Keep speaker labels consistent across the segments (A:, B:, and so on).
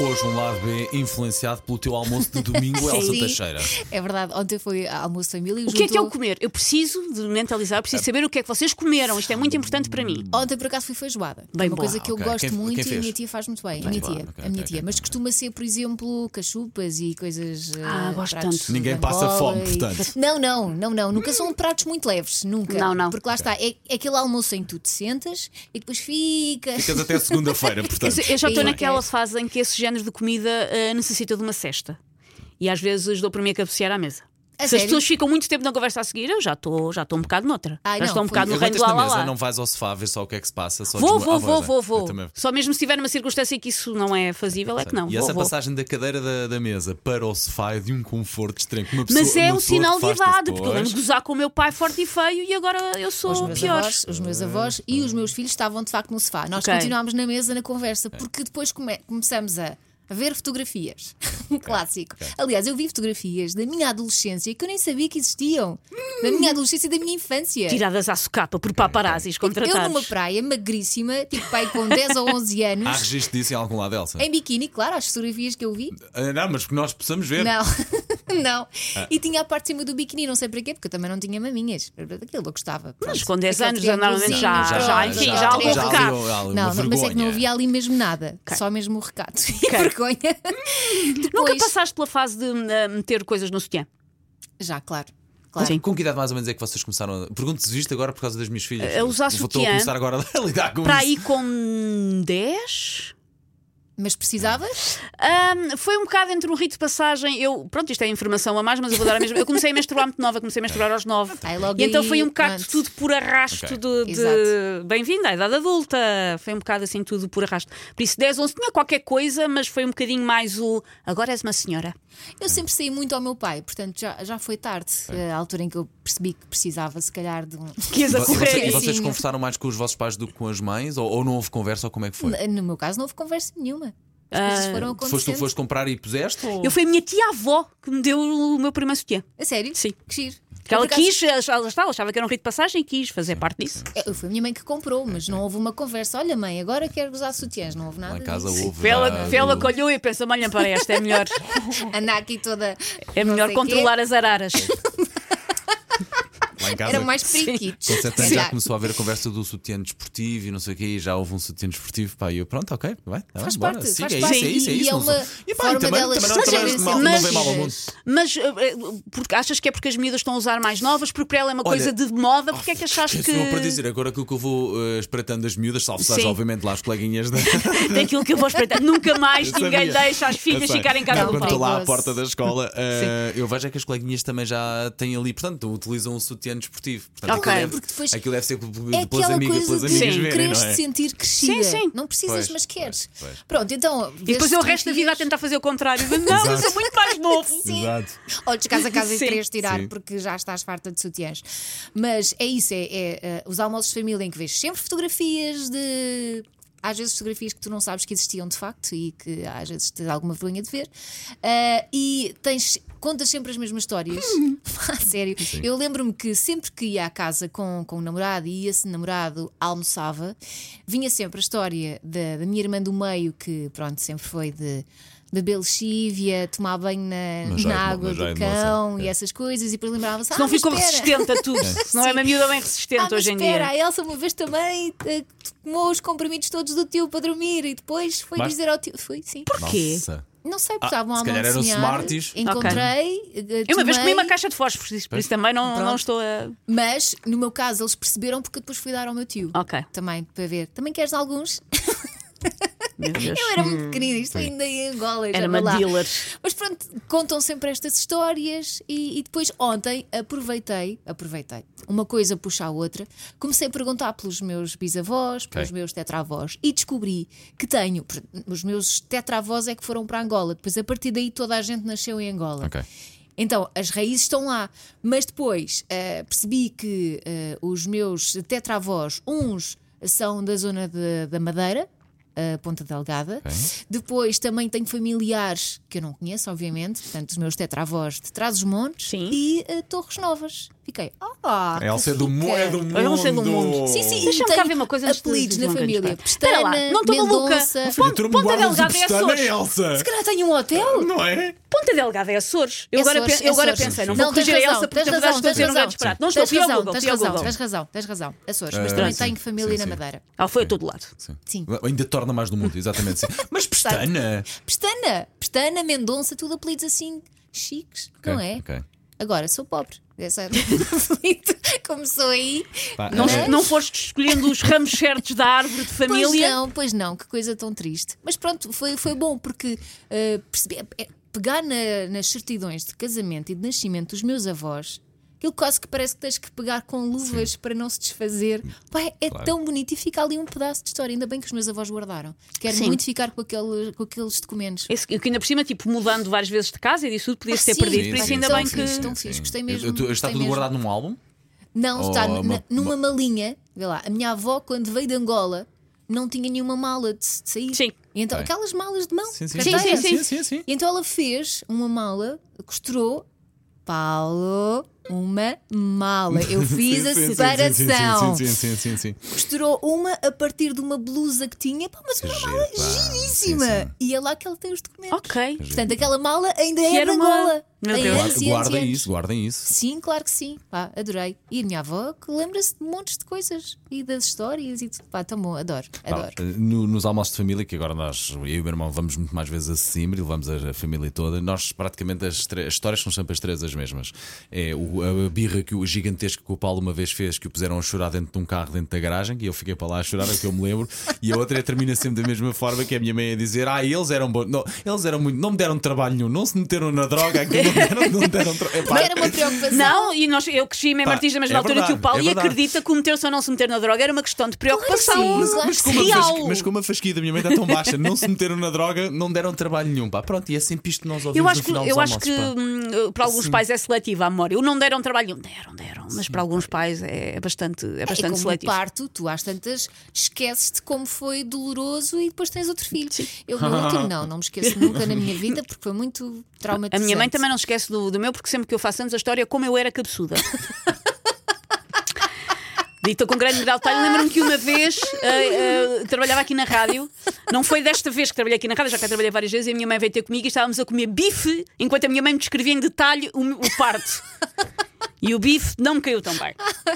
A: Hoje um lado B influenciado pelo teu almoço de domingo, Elsa
B: Sim.
A: Teixeira.
B: É verdade, ontem foi almoço de família e
C: O que é que é o comer? Eu preciso de mentalizar, eu preciso saber o que é que vocês comeram. Isto é muito importante para mim.
B: Ontem por acaso fui feijoada.
C: Bem
B: uma
C: boa.
B: coisa que eu
A: Ah, Ok,
B: gosto
A: quem- quem
B: muito e a
A: fez?
B: minha tia faz muito bem. a minha
A: boa,
B: tia,
A: ok,
B: a minha
A: ok,
B: tia.
A: ok,
B: Mas
A: ok.
B: costuma ser, por exemplo, cachupas e coisas.
C: Ah,
B: eh,
C: gosto
B: pratos
C: tanto.
B: de
A: Ninguém passa
B: Angola
A: fome,
B: e-
A: portanto.
B: Não, não, não, não. Nunca são pratos muito leves, nunca.
C: Não, não.
B: Porque lá está, é, é aquele almoço em que tu te sentas e depois ficas.
A: Ficas até segunda-feira,
C: Eu,
A: portanto.
C: eu já estou
B: Sim. É.
C: naquela fase em que esse género de comida eh, necessita de uma cesta. E às vezes dou para mim a cabecear à mesa.
B: A
C: Se as
B: sério?
C: pessoas ficam muito tempo na conversa a seguir, eu já estou já estou um bocado noutra.
B: Ai,
C: já
B: não,
C: estou um
B: foi-
C: bocado no reino
A: Aguentas
C: do lá,
A: na
C: lá,
A: mesa,
C: lá.
A: não vais ao sofá ver só o que é que se passa. Só
C: Vou,
A: desmo-
C: vou,
A: Ah,
C: vou,
A: vais,
C: vou,
A: é. Eu
C: vou.
A: também.
C: Só mesmo se estiver numa circunstância em que isso não é fazível, é que não.
A: E
C: Vou,
A: essa
C: vou.
A: passagem da cadeira da, da mesa para o sofá é de um conforto estranho. que Uma pessoa,
C: Mas é
A: uma
C: um
A: pessoa
C: sinal de
A: faz-te
C: idade, porque eu lembro
A: depois.
C: de gozar com o meu pai forte e feio e agora eu
B: Os
C: sou
B: meus,
C: pior.
B: avós, os meus avós e os meus filhos estavam de facto no sofá. Nós
C: Ok.
B: continuámos na mesa, na conversa, porque depois come- começamos a a ver fotografias. Um Clássico. Aliás, eu vi fotografias da minha adolescência que eu nem sabia que existiam. Da minha adolescência e da minha infância.
C: Tiradas à socapa por paparazzis contratados.
B: Eu numa praia magríssima, tipo pai com 10 ou 11
A: Há
B: anos,
A: registro disso em algum lado, Elsa?
C: É-
B: em biquíni, claro, as fotografias que eu vi.
A: Ah, Não, mas que nós possamos ver.
B: Não, não. E tinha a parte de cima do biquíni, não sei para quê, porque eu também não tinha maminhas. Aquilo eu gostava.
C: Mas
B: Pronto.
C: com 10
B: Aquele
C: anos já normalmente já,
B: triângulozinho,
C: já,
B: pronto,
C: enfim,
B: já,
C: já, algum
B: já
C: recado.
A: havia alguma
B: Não, não, mas é que não
A: vergonha.
B: havia ali mesmo nada, só mesmo o recado. E a vergonha.
C: Nunca
B: Depois-
C: passaste pela fase de eh, meter coisas no sutiã?
B: Já, claro. claro.
A: Com, com que idade mais ou menos é que vocês começaram a. Pergunto se isto agora por causa das minhas filhas.
C: A usar
A: Vou- Estou a
C: sutiã.
A: começar agora a lidar com
C: Para
A: isso.
C: aí com 10?
B: Mas precisavas?
C: Ahm, foi um bocado entre um rito de passagem. Eu, pronto, isto é informação a mais, mas eu vou dar a mesma. Eu comecei a menstruar muito nova, comecei a menstruar aos 9.
B: Ai, logo
C: E então
B: aí,
C: foi um bocado
B: pronto.
C: tudo por arrasto
A: Ok.
C: de, de-
B: Exato.
C: bem-vindo à idade adulta. Foi um bocado assim tudo por arrasto. Por isso, 10, 11 tinha qualquer coisa, mas foi um bocadinho mais o agora és uma senhora.
B: Eu sempre saí muito ao meu pai, portanto já, já foi tarde, eh, a altura em que eu percebi que precisava, se calhar, de um.
C: Que és
A: E
C: a
A: vo- e vocês, e
C: correr.
A: vocês
B: Sim.
A: conversaram mais com os vossos pais do que com as mães? Ou, ou não houve conversa? Ou como é que foi?
B: No meu caso, não houve conversa nenhuma. As
C: Ah,
B: coisas foram
A: Foste tu
B: acontecendo.
A: que foste comprar e puseste? Ou...
C: Eu fui a minha tia-avó que me deu o meu primeiro sutiã.
B: A sério?
C: Sim.
B: Que giro.
C: Porque ela
B: Por acaso,
C: quis, ela ela estava, achava que era um rito de passagem e quis fazer parte disso.
B: é, Foi a minha mãe que comprou, mas não houve uma conversa. Olha, mãe, agora quero gozar sutiãs. Não houve nada.
A: Lá em casa
B: disso.
A: houve.
C: Fela,
A: dado-
C: Fela colhou e pensou: olha para esta, é melhor,
B: Andar aqui toda.
C: é
B: não
C: melhor
B: sei
C: controlar as araras.
A: Lá em
B: Quê.
A: casa.
B: Era mais periquitos.
A: Com sete anos
B: Exato.
A: já começou a haver a conversa do sutiã desportivo e não sei o quê, e já houve um sutiã desportivo, pá, e eu, pronto, ok, vai, tá,
B: Faz
A: bora,
B: parte,
A: siga,
B: faz
A: é
B: parte.
A: isso, é isso, é
B: E
A: isso.
B: é
A: não
B: uma
A: sou- e pá,
B: forma
A: e também,
B: delas
A: também não, também não é
C: se
A: mal, não
C: sentirem
A: vem mal ao mundo.
B: seguras.
C: Mas eh, eh, porque achas que é porque as miúdas estão a usar mais novas, porque para ela é uma
A: Olha,
C: coisa de moda, porque é que achaste
A: Isso
C: que.
A: não é para dizer, agora aquilo que eu vou eh, espreitando das miúdas, salvo seja,
C: Sim.
A: obviamente, lá as coleguinhas da.
C: Daquilo que eu vou espreitar. Nunca mais
A: Eu
C: ninguém
A: sabia.
C: deixa as
A: Eu
C: filhas
A: sei.
C: ficarem em casa
B: Não,
C: do
A: Quando estou
C: pai.
A: lá à
B: Perigoso.
A: porta da escola, eh, eu vejo é que as coleguinhas também já têm ali, portanto, utilizam o sutiã desportivo. Portanto,
C: Ok.
A: aquilo,
B: Porque depois-
A: deve, aquilo deve ser
B: É
A: pelas
B: aquela
A: amigas,
B: coisa
A: pelas
B: de um
A: amigas
C: Sim.
A: verem,
B: queres
A: não
B: te
A: é?
B: sentir crescida.
C: Sim, sim.
B: Não precisas,
A: Pois,
B: mas queres.
A: pois, pois.
B: Pronto, então.
C: E depois eu o resto da vida a tentar fazer o contrário. Não, eu sou
B: é
C: muito mais novo.
A: Exato.
B: Ou chegas a casa e
C: Sim.
B: queres tirar
A: Sim.
B: porque já estás farta de sutiãs. Mas é isso, é, é, eh, os almoços de família em que vês sempre fotografias de. Às vezes fotografias que tu não sabes que existiam de facto e que às vezes tens alguma vergonha de ver. Ah, e tens, contas sempre as mesmas histórias. A sério. Eu lembro-me que sempre que ia à casa com, com um namorado e esse namorado almoçava, vinha sempre a história da, da minha irmã do meio, que pronto, sempre foi de beber lexívia, tomar banho na,
A: Mas já é
B: na
A: de-
B: água
A: mas já é
B: do
A: de moça,
B: cão
A: é.
B: e essas coisas, e depois lembrava-se.
C: Não
B: ah,
C: ficou
B: mas espera.
C: resistente a tudo. Se não é uma miúda bem
B: Ah,
C: resistente
B: mas
C: hoje em
B: espera,
C: dia.
B: a Elsa uma vez também eh, tomou os comprimidos todos do tio para dormir e depois foi
A: Mas-
B: dizer ao tio. Foi, sim.
C: Quê?
A: Nossa.
B: Não sei, porque estavam
A: se
B: a
A: calhar eram
B: amancear,
A: Smarties.
B: Encontrei. eh,
C: Eu uma vez comi
B: tomei,
C: uma caixa de fósforos, isso- por isso
A: É.
C: também não,
B: Pronto.
C: não estou a.
B: Mas no meu caso eles perceberam porque eu depois fui dar ao meu tio.
C: Ok.
B: Também, para ver. Também queres alguns?
C: Meu Deus.
B: Eu era
A: Hum.
B: muito pequenina, isto ainda em Angola. já
C: Era
B: vou
C: uma
B: lá.
C: dealer.
B: Mas pronto, contam sempre estas histórias e, e depois ontem aproveitei, aproveitei, uma coisa puxa a outra, comecei a perguntar pelos meus bisavós, pelos
A: Ok.
B: meus tetravós e descobri que tenho, por- os meus tetravós é que foram para Angola, depois a partir daí toda a gente nasceu em Angola.
A: Ok.
B: Então, as raízes estão lá, mas depois ah, percebi que eh, ah, os meus tetravós, uns são da zona de- da Madeira, eh, Ponta Delgada. Depois também tenho familiares que eu não conheço, obviamente, portanto, os meus tetravós de Trás os Montes
C: Sim.
B: e eh, Torres Novas. Fiquei, ah,
A: A Elsa é do, mu é do mundo.
C: A Elsa é do mundo.
B: Sim, sim,
C: Deixa-me
B: e
C: cá
B: tenho
C: ver uma coisa antes de-
B: apelidos
C: de
B: na
C: João Cândido.
B: família.
C: Espera lá,
B: Pestana,
C: não estou maluca.
B: Mendonça.
C: Pon-
A: Tu me
C: Ponta
A: guardas o
C: Delgada é
A: pestana,
C: Açores.
A: Elsa.
B: Se calhar tenho um hotel.
A: Não é?
C: Ponta Delgada é Açores. Eu agora,
B: Açores,
C: pen- eu agora
B: Açores.
C: pensei, não, vou
B: tens
C: corrigir a
B: razão,
C: Elsa porque
B: tens
C: na verdade
B: razão,
C: estou a
B: tens
C: dizer um
B: razão.
C: grande disparate. Não estou,
B: Tens
C: fui ao
B: razão,
C: Google.
B: Tens
C: fui ao
B: razão,
C: Google.
B: tens razão, tens razão. Açores,
A: Eh,
B: mas também
A: sim,
B: tenho
A: sim,
B: família
A: sim,
B: na
A: sim.
B: Madeira.
C: Ah, foi a todo lado.
A: Sim.
B: Sim.
A: Ainda torna mais do mundo, exatamente. Sim. Mas pestana.
B: Pestana, Pestana, Mendonça, tudo apelidos assim chiques, não
A: Ok,
B: é?
A: ok.
B: Agora, sou pobre. é Essa era o apelido. Começou aí.
A: Pá,
C: Não, é?
A: eh,
C: não foste escolhendo os ramos certos da árvore de
B: Pois
C: família.
B: não, pois não, que coisa tão triste. Mas pronto, foi, foi bom porque eh, percebi- eh, pegar na- nas certidões de casamento e de nascimento dos meus avós, aquilo quase que parece que tens que pegar com luvas para não se desfazer. Pai, é
A: Claro.
B: tão bonito e fica ali um pedaço de história. Ainda bem que os meus avós guardaram. Quero
C: Sim.
B: muito ficar com, aquele, com aqueles documentos.
C: Esse, que ainda por cima, tipo, mudando várias vezes de casa e disso tudo podia
B: Ah,
C: ter
B: sim,
C: perdido.
B: sim,
C: Por isso,
B: sim,
C: ainda
B: sim,
C: bem
B: sim,
C: que.
B: sim. Gostei, gostei mesmo,
A: Eu tô- Está
B: gostei
A: tudo
B: mesmo.
A: guardado num álbum?
B: Não,
A: Oh,
B: está
A: uma-
B: na- numa
A: uma-
B: malinha. Vê lá, a minha avó, quando veio de Angola, não tinha nenhuma mala de, de sair.
C: Sim.
B: E então,
A: Ok.
B: aquelas malas de mão.
C: Sim,
B: carteiras.
C: sim,
A: É. sim, sim, sim.
B: E então ela fez uma mala, costurou, Paulo, uma mala. Eu fiz
A: Sim,
B: a
A: sim, sim,
B: separação.
A: Sim, sim, sim, sim, sim, sim.
B: Costurou uma a partir de uma blusa que tinha, Pá, mas uma
A: Giro,
B: mala
A: pá.
B: giríssima.
A: Sim, sim.
B: E é lá que ela tem os documentos.
C: Ok.
B: Portanto, aquela mala ainda é
C: era
B: era
C: uma-
B: Angola.
C: Meu
B: Tem
C: Deus.
B: anos e anos e
A: Guardem
B: anos.
A: isso, guardem isso.
B: assim, Sim, claro que sim. Pá, adorei. E a minha avó que lembra-se de montes de coisas e das histórias e tudo. Pá, tão bom, adoro,
A: Pá,
B: adoro.
A: no- nos almoços de família, que agora nós, eu e o meu irmão, vamos muito mais vezes a Coimbra e levamos a, a família toda, nós praticamente as, tre- as histórias são sempre as três as mesmas. É o, a birra que o gigantesco que o Paulo uma vez fez, que o puseram a chorar dentro de um carro, dentro da garagem, que eu fiquei para lá a chorar, é o que eu me lembro, e a outra é, termina sempre da mesma forma, que a minha mãe a dizer: Ah, eles eram bons, não, eles eram muito, não me deram trabalho nenhum, não se meteram na droga, aqui não me deram, não me deram é trabalho.
B: Não era uma preocupação.
C: Não, e nós, eu cresci mesmo
A: Pá,
C: artista da mesma
A: é
C: altura que o
A: verdade,
C: Paulo
A: é
C: e
A: verdade.
C: acredita que o meter-se ou não se meter na droga era uma questão de preocupação.
B: sim, Mas- claro
A: Mas
B: que
A: como, a
B: sim.
A: fasqui-
C: Real.
A: mas como a fasquia da minha mãe está tão baixa, não se meteram na droga, não deram trabalho nenhum. Pá. Pronto, e é sempre isto que nós ouvimos
C: Eu acho
A: no
C: que,
A: final
C: eu
A: dos
C: acho que
A: almoços, pá.
C: hum, para alguns pais é seletiva a memória. Eu não deram trabalho. Deram, deram. Mas para alguns pais é bastante, é
B: É
C: bastante
B: como o
C: seletivo.
B: parto, tu às tantas esqueces-te como foi doloroso e depois tens outro filho. Eu no último, não, não me esqueço nunca na minha vida porque foi muito
C: A
B: traumatizante.
C: minha mãe também não é se esquece do, do meu, porque sempre que eu faço anos a história é como eu era cabeçuda. Dita com grande grau de detalhe, lembro-me que uma vez eh, eh, trabalhava aqui na rádio. Não foi desta vez que trabalhei aqui na rádio, já que trabalhei várias vezes, e a minha mãe veio ter comigo e estávamos a comer bife, enquanto a minha mãe me descrevia em detalhe o, o parto. E o bife não me caiu tão bem.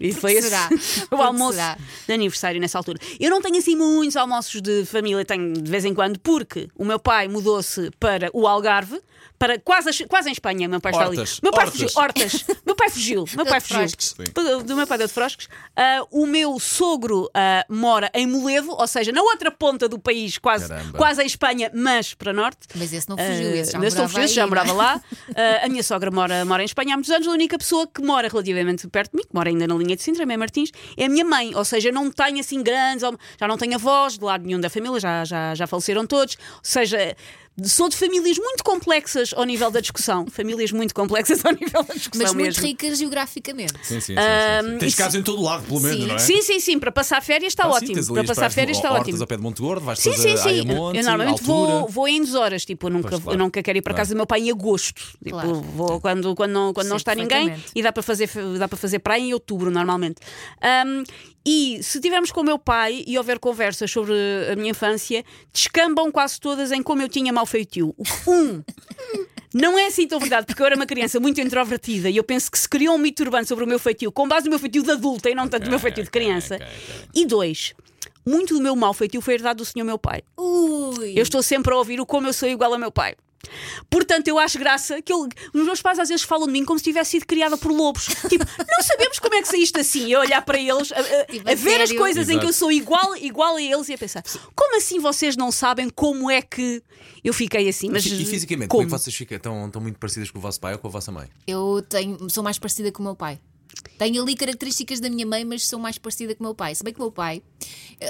C: E foi esse
B: será?
C: o
B: Porque
C: almoço
B: será?
C: de aniversário nessa altura. Eu não tenho assim muitos almoços de família, tenho de vez em quando, porque o meu pai mudou-se para o Algarve, para quase, a- quase em Espanha. Meu pai
A: Hortas,
C: está ali. Meu pai
A: hortas.
C: fugiu. Hortas. meu pai fugiu. Meu
B: Deu
C: pai
B: de
C: fugiu.
B: frosques.
C: Do- Do meu pai deu de frosques. Ah, o meu sogro ah, mora em Molevo, ou seja, na outra ponta do país, quase,
A: Caramba.
C: quase em Espanha, mas para norte.
B: Mas esse não fugiu,
C: Ah,
B: esse já
C: mas não
B: morava
C: fugiu, esse
B: aí,
C: já
B: não é?
C: morava lá. Ah, a minha sogra mora, mora em Espanha há muitos anos. A única pessoa que mora relativamente perto de mim, que mora ainda na linha de Sintra, Mãe Martins, é a minha mãe. Ou seja, eu não tenho assim grandes, ou- já não tenho avós de lado nenhum da família, já, já, já faleceram todos. Ou seja, sou de famílias muito complexas ao nível da discussão. Famílias muito complexas ao nível da discussão
B: Mas muito
C: mesmo.
B: rica geograficamente.
A: Sim, sim, sim, sim,
C: Ahm,
A: sim. Tens
C: hum, isso-
A: casa em todo lado, pelo menos,
B: Sim.
A: não é?
C: Sim, sim, sim, para passar férias está
A: Ah, sim,
C: ótimo.
A: tens ali
C: para
A: as
C: passar
A: praias
C: férias
A: de
C: está
A: Hortas
C: ótimo.
A: ao pé de Monte Gordo, vais
C: Sim,
A: fazer
C: sim, sim.
A: a Monte,
C: eu normalmente vou,
A: altura.
C: vou em horas, tipo, eu nunca,
A: Pois, claro.
C: eu nunca quero ir para a casa do meu pai em agosto. Tipo,
B: Claro.
C: vou quando, quando não, quando não
B: Sim,
C: está ninguém
B: perfeitamente.
C: e dá para fazer, dá para fazer praia em outubro, normalmente. Ahm, e se tivermos com o meu pai e houver conversas sobre a minha infância, descambam quase todas em como eu tinha mau feitio. O que, Um, não é assim tão verdade, porque eu era uma criança muito introvertida e eu penso que se criou um mito urbano sobre o meu feitio com base no meu feitio de adulta e não tanto no meu feitio de
A: ok,
C: criança.
A: ok, ok.
C: E dois, muito do meu mau feitio foi herdado do senhor meu pai.
B: Ui!
C: Eu estou sempre a ouvir o como eu sou igual ao meu pai. Portanto, eu acho graça que ele- os meus pais às vezes falam de mim como se tivesse sido criada por lobos. Tipo, não sabemos como é que saíste assim. Eu olhar para eles, a, a-
B: Tipo,
C: a
B: a
C: ver as
B: sério?
C: coisas em que eu
A: Exato.
C: sou igual, igual a eles e a pensar: como assim vocês não sabem como é que eu fiquei assim? Mas,
A: E é fisicamente, como, é que vocês ficam? Estão, estão muito parecidas com o vosso pai ou com a vossa mãe?
B: Eu tenho, sou mais parecida com o meu pai. Tenho ali características da minha mãe, mas sou mais parecida com o meu pai. Se bem que o meu pai,